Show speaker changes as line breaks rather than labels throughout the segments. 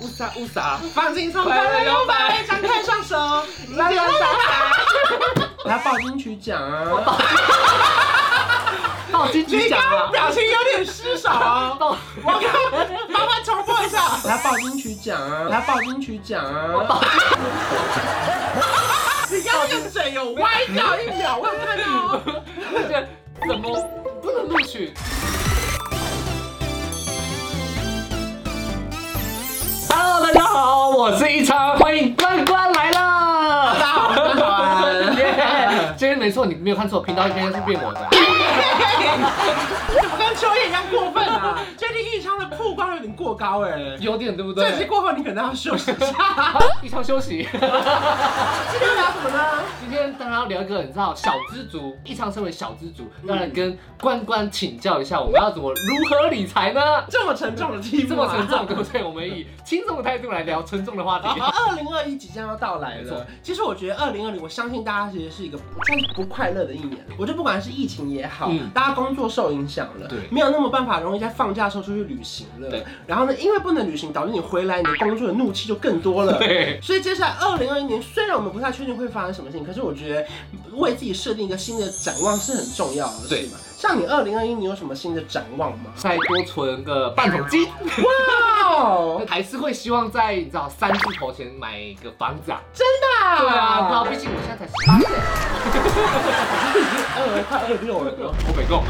乌撒乌撒，放轻松，快乐摇摆，张开双手，啦啦啦啦，拿抱金曲奖 啊！
抱金
你
曲奖
刚刚
啊！
表情有点失手哦，
抱
我刚麻烦重播一下，拿抱金曲奖啊！拿抱金曲奖啊！你刚刚的嘴有歪掉一秒，我有看到哦。
我觉得怎么不能录取？Hello，大家好，我是一昌，欢迎关关来了。
大家好我是关关
耶今天没错，你没有看错，频道今天是变我的。
你怎么跟秋叶一样过分啊？最近艺昌的曝光有点过高哎、
有点对不
这期
对？
过后你可能要休息一下
啊。一场休息。
今天聊什么呢？
今天当然要聊一个，你知道小知足，一常身为小知足，当然跟关关请教一下，我们要怎么如何理财呢？
这么沉重的题
这
目、
么
啊，
沉重，对不对？我们以轻松的态度来聊沉重的话 题。
二零二一即将要到来
没错
了，其实我觉得二零二零，我相信大家其实是一个不算是不快乐的一年。我觉得不管是疫情也好，
嗯
大家工作受影响了，
对
没有那么办法容易在放假的时候出去旅行了。
对，
然后呢，因为不能旅行，导致你回来你的工作的怒气就更多了。
对，
所以接下来二零二一年，虽然我们不太确定会发生什么事情，可是我觉得为自己设定一个新的展望是很重要的，
对？
是吗？像你二零二一，你有什么新的展望吗
再多存个半桶金，
哇哦，
还是会希望在你知道三字头前买一个房子啊。
大
对啊，对啊，毕竟我现在才十八岁，
二快二六了。
我没够。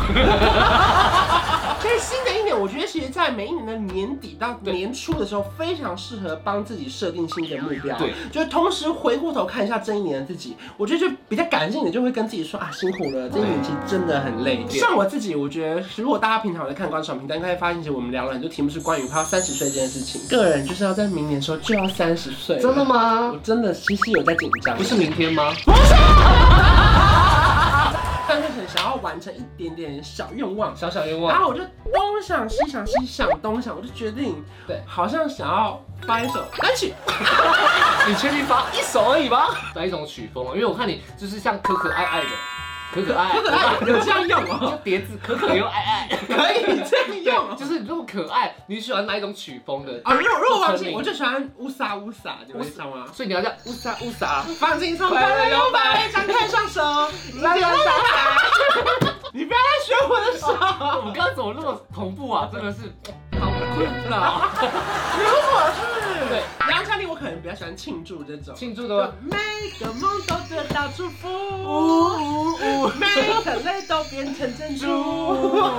所以新的一年，我觉得其实，在每一年的年底到
对
年初的时候，非常适合帮自己设定新的目标。
对，
就是同时回过头看一下这一年的自己，我觉得就比较感性的，就会跟自己说啊，辛苦了，这一年其实真的很累。
对
像我自己，我觉得如果大家平常有在看观赏频道，应该会发现，其实我们聊了很多题目是关于快要三十岁这件事情。个人就是要在明年的时候就要三十岁了，
真的吗
我？真的其实有在紧张，
不是明天吗？
但是很想要完成一点点小愿望。
小小愿
然
望，
后我就东想西想西想东想，我就决定，
对
好像想要发一首单曲，
你确定发一首而已吗？来一种曲风啊，因为我看你就是像可可爱爱的，可可爱，
可可爱有这样用
就
哦，
叠字可可又爱爱，
可以这样用
对，
哦。
哦就是你这么可爱，你喜欢哪一种曲风的？
啊，如果如果放
不成
心，
名
我就喜欢乌撒乌撒，你们知道吗？
所以你要 这样
乌撒乌撒，放轻松，
快乐
快乐摇
摇摆
摆，张开双手，啦啦啦啦。你不要再学我的手。
啊我们刚刚怎么那么同步啊？真的是好困啊扰。
如果是
对
杨丞琳，我可能比较喜欢庆祝这种。
庆祝的
每个梦都得到祝福，
哦
呜呜呜，每个泪都变成珍珠，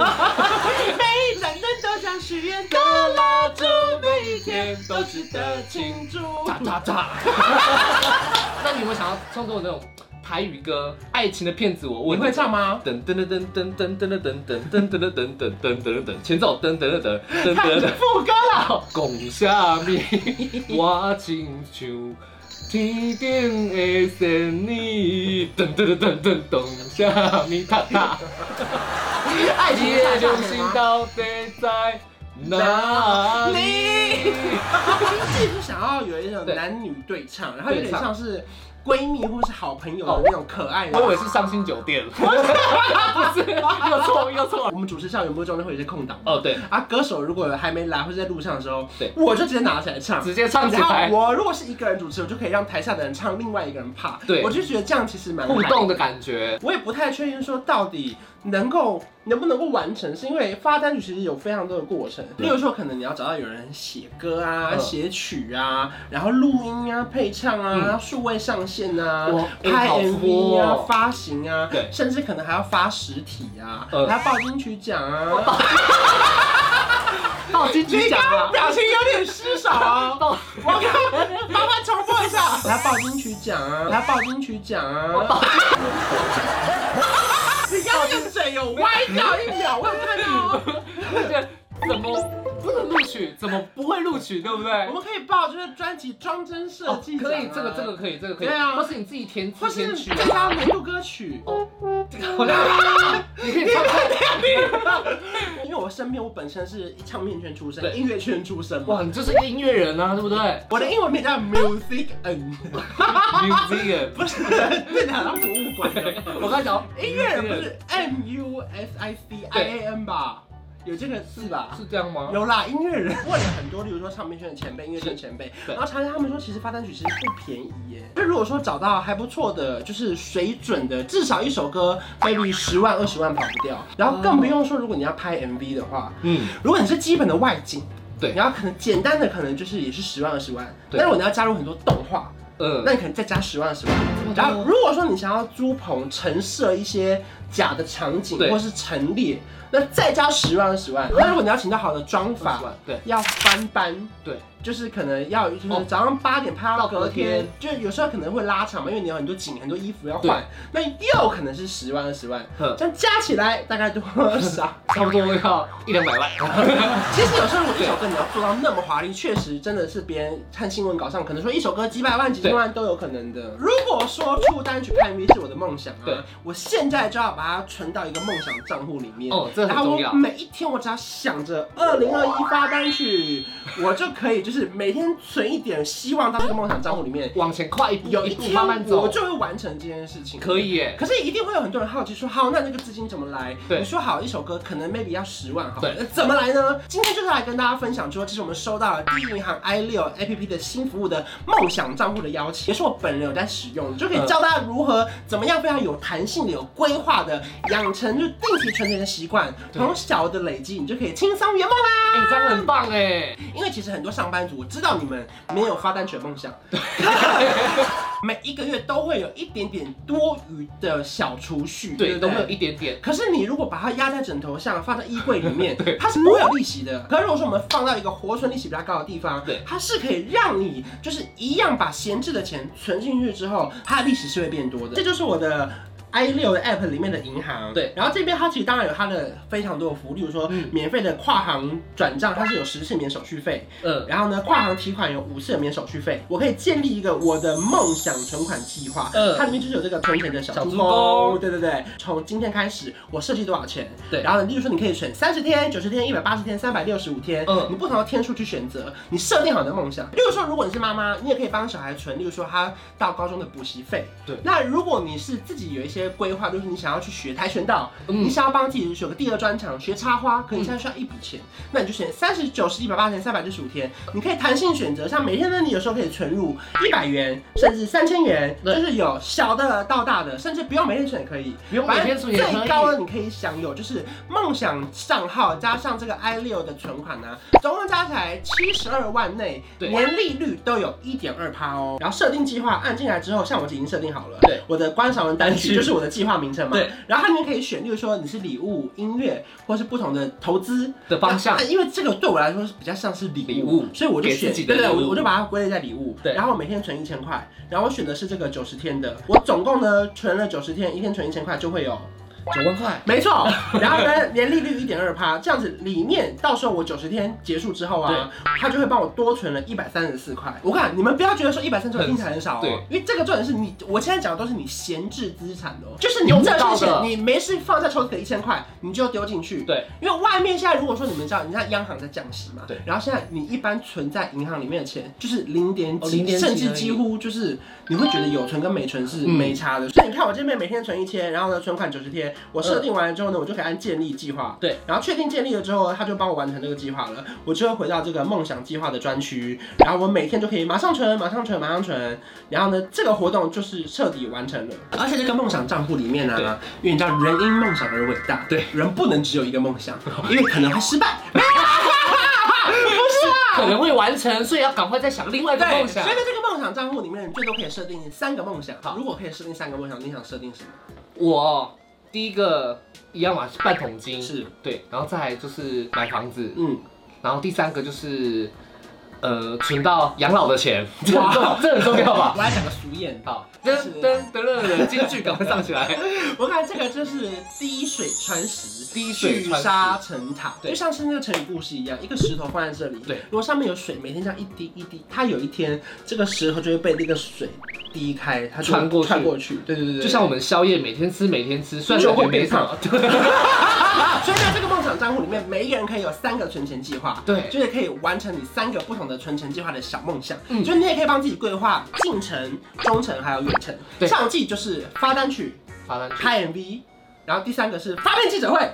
每一盏灯都像许愿的蜡烛，每一天都值得庆祝。
炸炸炸。那你有没有想要创作那种台语歌《爱情的骗子》？我
你
问
会唱吗？
噔噔噔噔噔噔噔噔噔噔噔噔噔噔噔噔噔，前奏噔噔噔噔噔
看
噔
着
噔。
副歌了，
讲啥物？我亲像天顶的仙女，噔噔噔噔噔，啥物哒哒。
爱
你
情
的
的
良
良
心
心的
到底在哪里？
你，我自己是想要有一种
对
男女对唱，然后有点
对唱
像是闺蜜或是好朋友的那种可爱
我以
的。
为是伤心酒 店，不是，又错又错了。
我们主持校园播中间会有一些空档。
哦，对，
啊，歌手如果还没来或者在路上的时候，
对
我就直接拿起来唱。
直接唱起
然
来
后，我如果是一个人主持，我就可以让台下的人唱，另外一个人怕。
对
我就觉得这样其实蛮
互
嗨
动的。感觉。
我也不太确定说到底能够能不能够完成，是因为发单曲其实有非常多的过程。
对
例如说，可能你要找到有人写歌啊、
嗯
写曲啊，然后录音啊、配唱啊、数位上线啊
嗯哇、哎
拍
好
MV 啊
多哦、
发行啊
对，
甚至可能还要发实体啊，
嗯
还要报金曲奖啊。
到金曲奖
刚
了
刚，表情有点失 手哦，
到
我刚麻烦重播一下。拿报金曲奖啊，拿报金曲奖啊。你刚刚的嘴有歪掉一秒，我有看到 哦。
我觉得怎么不能录取，怎么不会录取，对不对
我？们可以报就是专辑装帧设
哦
计、
可以，这个这个，可以，这个可以。
对啊
或是你自己填
或
词
是
填曲
最，佳年度歌曲。
好啦 你可以唱唱。
因为我身边我本身是唱片圈出
对
身，音乐圈出身嘛
哇，。你就是一个音乐人啊，对不对
我的英文名叫 Music N，
？Musician，
不是，这好像博物馆哦。
我刚才讲
音乐人不是 M U S I C I A N 吧？有这个字吧？
是这样吗？
有啦，音乐人问了很多，例如说唱片圈的前辈、音乐圈前辈，
对
然后查一下他们说，其实发单曲其实不便宜耶。就如果说找到还不错的，就是水准的，至少一首歌 maybe 十万、二十万跑不掉。然后更不用说，如果你要拍 MV 的话，
嗯，
如果你是基本的外景，
对
你要可能简单的可能就是也是十万、二十万，
对
但如果你要加入很多动画，
呃
那，你可能再加十万、十万。然后如果说你想要租棚陈设一些假的场景
对
或是陈列，那再加十万、十万。那如果你要请到好的妆
法
发，
官对
要翻班，
对，
就是可能要就是
哦
早上八点拍到
到
隔
隔
天
天，
就有时候可能会拉长嘛，因为你有很多景、很多衣服要换，那又可能是十万、二十万
嗯，
这样加起来大概多少？
差不多要一两百万。
其实有时候我一首歌你要做到那么华丽，确实真的是别人看新闻稿上可能说一首歌几百万、几千万都有可能的。如果说出单曲看 MV 是我的梦想
对
啊，我现在就要把它存到一个梦想账户里面。
哦，这
然
很
后
重
我
要。
每一天，我只要想着二零二一发单曲，我就可以就是每天存一点希望到这个梦想账户里面。
往前跨一步，
有
一
一
步
天
慢慢
我
走，
就会完成这件事情。
可以耶。
可是一定会有很多人好奇说，好，那那个资金怎么来？
对
你说好一首歌可能 maybe 要十万，好，
对
那怎么来呢？今天就是来跟大家分享说，这是我们收到了第一银行 i 六 APP 的新服务的梦想账户的邀请，也是我本人有在使用，就可
嗯
以教大家如何怎么样非常有弹性的、有规划的养成就定期存钱的习惯，
对
从小的累积，你就可以轻松圆梦啦。
哎，这样很棒哎。
因为其实很多上班族，我知道你们没有发单曲的梦想， 每一个月都会有一点点多余的小储蓄，
对，
不
都会有一点点。
可是你如果把它压在枕头上，放在衣柜里面，它是不会有利息的。可是如果说我们放到一个活存利息比较高的地方，
对
它是可以让你就是一样把闲置的钱存进去之后，它的利息是会变多的。这就是我的。i 六的 app 里面的银行，
对，
然后这边它其实当然有它的非常多的服务，例如说
嗯
免费的跨行转账，它是有十次免手续费，
嗯，
然后呢，跨行提款有五次的免手续费，我可以建立一个我的梦想存款计划。
嗯
它里面就是有这个存钱呃的小
小
猪
猪
公。
公
对对对，从今天开始，我设计多少钱？
对
然后呢，例如说你可以选三十天、九十天、一百八十天、三百六十五天，
嗯
你不同的天数去选择，你设定好你的梦想。例如说，如果你是妈妈，你也可以帮小孩存，例如说他到高中的补习费。
对
那如果你是自己有一些规划，就是你想要去学跆拳道，
嗯
你想要帮自己有个第二专长，学插花，可能现在需要一笔钱，那你就选三十九十一百八十三百六十五天，你可以弹性选择，像每天呢，你有时候可以存入一百元，甚至三千元，就
对
是有小的到大的，甚至不用每天存也可以，
不用每天存也可以
最高的你可以享有就是梦想账号加上这个 i 六的存款呢、总共加起来七十二万内，
对
年利率都有一点二趴哦。然后设定计划按进来之后，像我已经设定好了，
对，
我的观赏人单曲就是我的计划名称嘛，
对。
然后它里面可以选，例如说你是礼物、音乐，或是不同的投资
的方向
那。因为这个对我来说是比较像是礼
礼
物
物，
所以我就
给
选
自己的
对对，
礼物
我我就把它归类在礼物。
对
然后我每天存一千块，然后我选的是这个九十天的，我总共呢存了九十天，一天存一千块就会有
九万块，
没 错，然后呢，年利率一点二趴，这样子里面到时候我九十天结束之后啊，他就会帮我多存了一百三十四块。我看你们不要觉得说一百三十块听起来很少哦、
对
因为这个重点是你，我现在讲的都是你闲置资产哦、就是你
用不
这些
到的
钱，你没事放在抽屉里一千块，你就丢进去。
对，
因为外面现在如果说你们知道，你知道央行在降息嘛，
对
然后现在你一般存在银行里面的钱就是零点
哦
几，
0.几
甚至
而已
几乎就是你会觉得有存跟没存是
嗯
没差的。所以你看我这边每天存一千，然后呢存款九十天，我设定完了之后呢，我就可以按建立计划，
对，
然后确定建立了之后，他就帮我完成这个计划了，我就会回到这个梦想计划的专区，然后我每天就可以马上存，马上存，马上存，然后呢这个活动就是彻底完成了。而且这个梦想账户里面呢、
对
因为你知道人因梦想而伟大，
对，
人不能只有一个梦想，因为可能会失败。没有
可能会完成，所以要赶快再想另外一个
对，
梦
所
想
以。在这个梦想账户里面，你最多可以设定三个梦想。
好
如果可以设定三个梦想，你想设定什么？
我第一个一样嘛，是半桶金，
是，
对，然后再来就是买房子，
嗯，
然后第三个就是呃存到养老的钱，这
哇
很重这很重要吧？
我来讲个俗谚，
好，噔噔噔噔噔，京剧赶快上起来。
我看这个就是滴水穿石，
滴水
聚
穿石
沙成塔，
对
就像是那个成语故事一样，一个石头放在这里，
对
如果上面有水，每天这样一滴一滴，它有一天这个石头就会被那个水滴开，它就
穿过去
穿过去，对对对对，
就像我们宵夜每天吃每天吃，虽然
就
感
会
觉没
变
什么， 对
啊，所以在这个梦想账户里面，每一个人可以有三个存钱计划，
对
就是可以完成你三个不同的存钱计划的小梦想。嗯，
嗯
就你也可以帮自己规划近程、中程还有远程。
对
上季就是发单曲、
发单曲
拍 MV，然后第三个是发片记者会。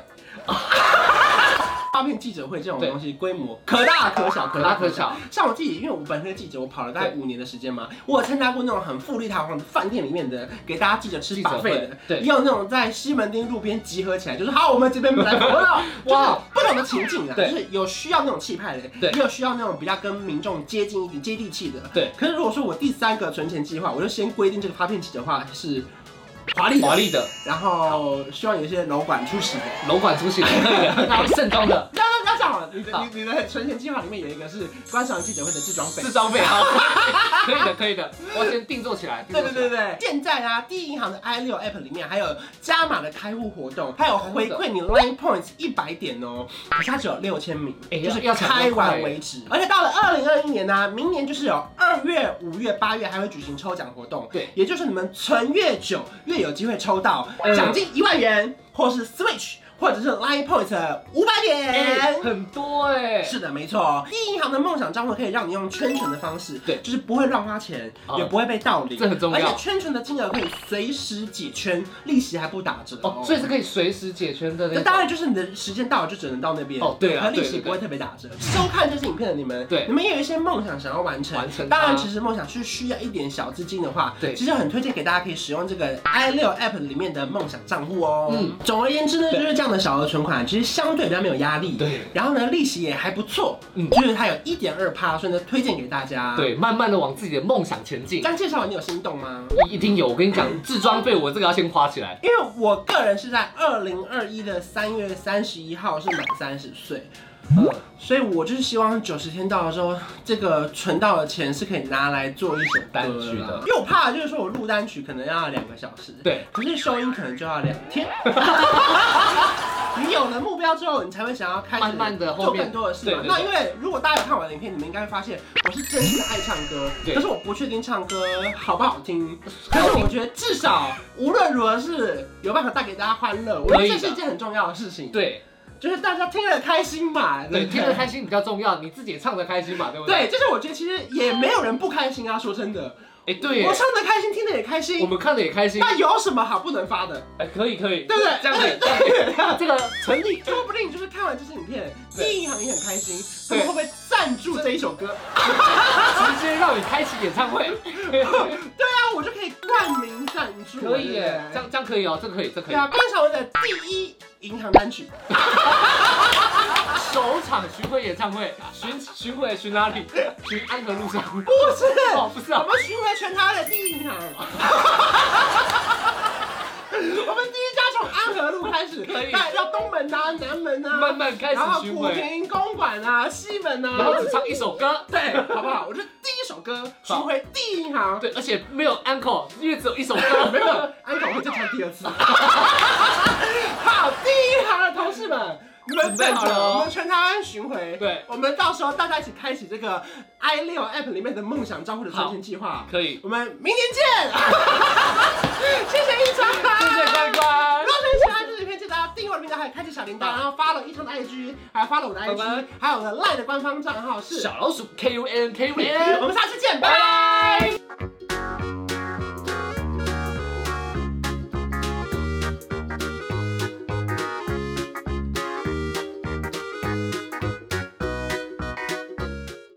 诈骗记者会这种东西规模可大可小，可大可小。像我自己，因为我本身是记者，我跑了大概
对
五年的时间嘛，我有参加过那种很富丽堂皇的饭店里面的给大家记者吃
记者
把费
会
的，，
对
也有那种在西门町路边集合起来，就是好，我们这边来活动，哇
哇，
不同的情境啊，就
对
是有需要那种气派的，
对
也有需要那种比较跟民众接近一点、接地气的，
对。
可是如果说我第三个存钱计划，我就先规定这个发片记者话是华丽的，
华丽的
然后希望有一些楼管出席的。
楼管出席 的那个盛装的
不要不要讲了，你的你你的存钱计划里面有一个是观赏记者会的制装费
自。装 费好，可以的可以的，我要先定做起来。定
对
做
对
起来
对对，现在啊，第一银行的 i 六 app 里面还有加码的开户活动，还有回馈你 Line Points 一百点哦，可是它只有六千名，
哎
就是
要要抢
开
得
完
快
为止。而且到了二零二一年呢、啊明年就是有二月、五月、八月还会举行抽奖活动，
对，
也就是你们存越久越有机会抽到
嗯
奖金一万元，或是 Switch，或者是 Line Point 五百
哎
点。
很多哎，
是的，没错哦。第一银行的梦想账户可以让你用圈存的方式，
对
就是不会乱花钱，
啊
也不会被盗领，
这很重要
而且圈存的金额可以随时解圈，利息还不打折
哦，所以是可以随时解圈的
那
那种。
当然就是你的时间到了就只能到那边
哦对啊
可利
对
息
对对
不会特别打折。收看这支影片的你们，
对
你们也有一些梦想想要完成，
完成它
当然，其实梦想是需要一点小资金的话，
对
其实很推荐给大家可以使用这个 i 六 app 里面的梦想账户哦。嗯
嗯，
总而言之呢，就
对
是这样的小额存款，其实相对比较没有压力，
对
然后呢，利息也还不错，嗯，
嗯
就是它有一点二趴，所以呢，推荐给大家。，
对，慢慢的往自己的梦想前进
这。样介绍完你有心动吗？
一定有，我跟你讲，自装费我这个要先花起来。
因为我个人是在二零二一的三月三十一号是满三十岁，
嗯，
所以我就是希望九十天到了之后，这个存到的钱是可以拿来做一首歌啦
单曲的
因为我怕就是说我录单曲可能要两个小时，
啊对，
可是收音可能就要两 天。你有了目标之后，你才会想要开始
慢慢地
做
后面
更多的事嘛。
对对对
那因为如果大家有看我的影片，你们应该会发现我是真心的爱唱歌，
对
可是我不确定唱歌好不好 听。可是我觉得至少无论如何是有办法带给大家欢乐，我觉
可
得
以
这
的
是一件很重要的事情。，
对
就是大家听了开心嘛，
对，
不
听得开心比较重要，你自己也唱得开心嘛，对不对？
对，就是我觉得其实也没有人不开心啊，说真的，
对，哎，对耶
我，唱的开心，听的也开
我
心，
们看的也开心，
那有什么好不能发的，
哎，可以可以，
对不对？
这样子，这个成立。
说不定就是看完这支影片，第
对
一银行也很开心，他
对
们会不会赞助这一首歌？
直接让你开启演唱会，
啊那我就可以冠名赞助，
可以
对
耶
不，对
这样这样可以哦，这可以，这可
对
以。
啊，观赏我的第一银行单曲，
首场巡回演唱会，巡巡回巡哪里？巡安和路上。
不是，
哦，不是
我
啊，
们巡回全他的第一银行。 我们第一家从安和路开始，
可以
那到东门啊、南门啊，
慢慢开始
然后
巡
古
回，
亭公馆啊、西门啊，
然后只唱一首歌。
对，好不好？我就第一首歌巡回第一银行，啊
对，而且没有 uncle，因为只有一首歌，
没有，安可会再唱第二次。 好，第一银行的同事们，你们
准备好了哦
我们全台湾巡回。
对，
我们到时候大家一起开启这个 i 六 app 里面的梦想账户的存钱计划。
可以。
我们明年 见。 谢谢一川，
谢谢关。关
如。果你喜欢这支影片，记得要订阅我的频道，还有开启小铃铛，然后发了一川的 IG，还有发了我的
拜
IG，
拜
还有我的 LINE 的官方账号是。
小老鼠 K U N K U
我
N，
们下次见，拜
拜
拜。
拜。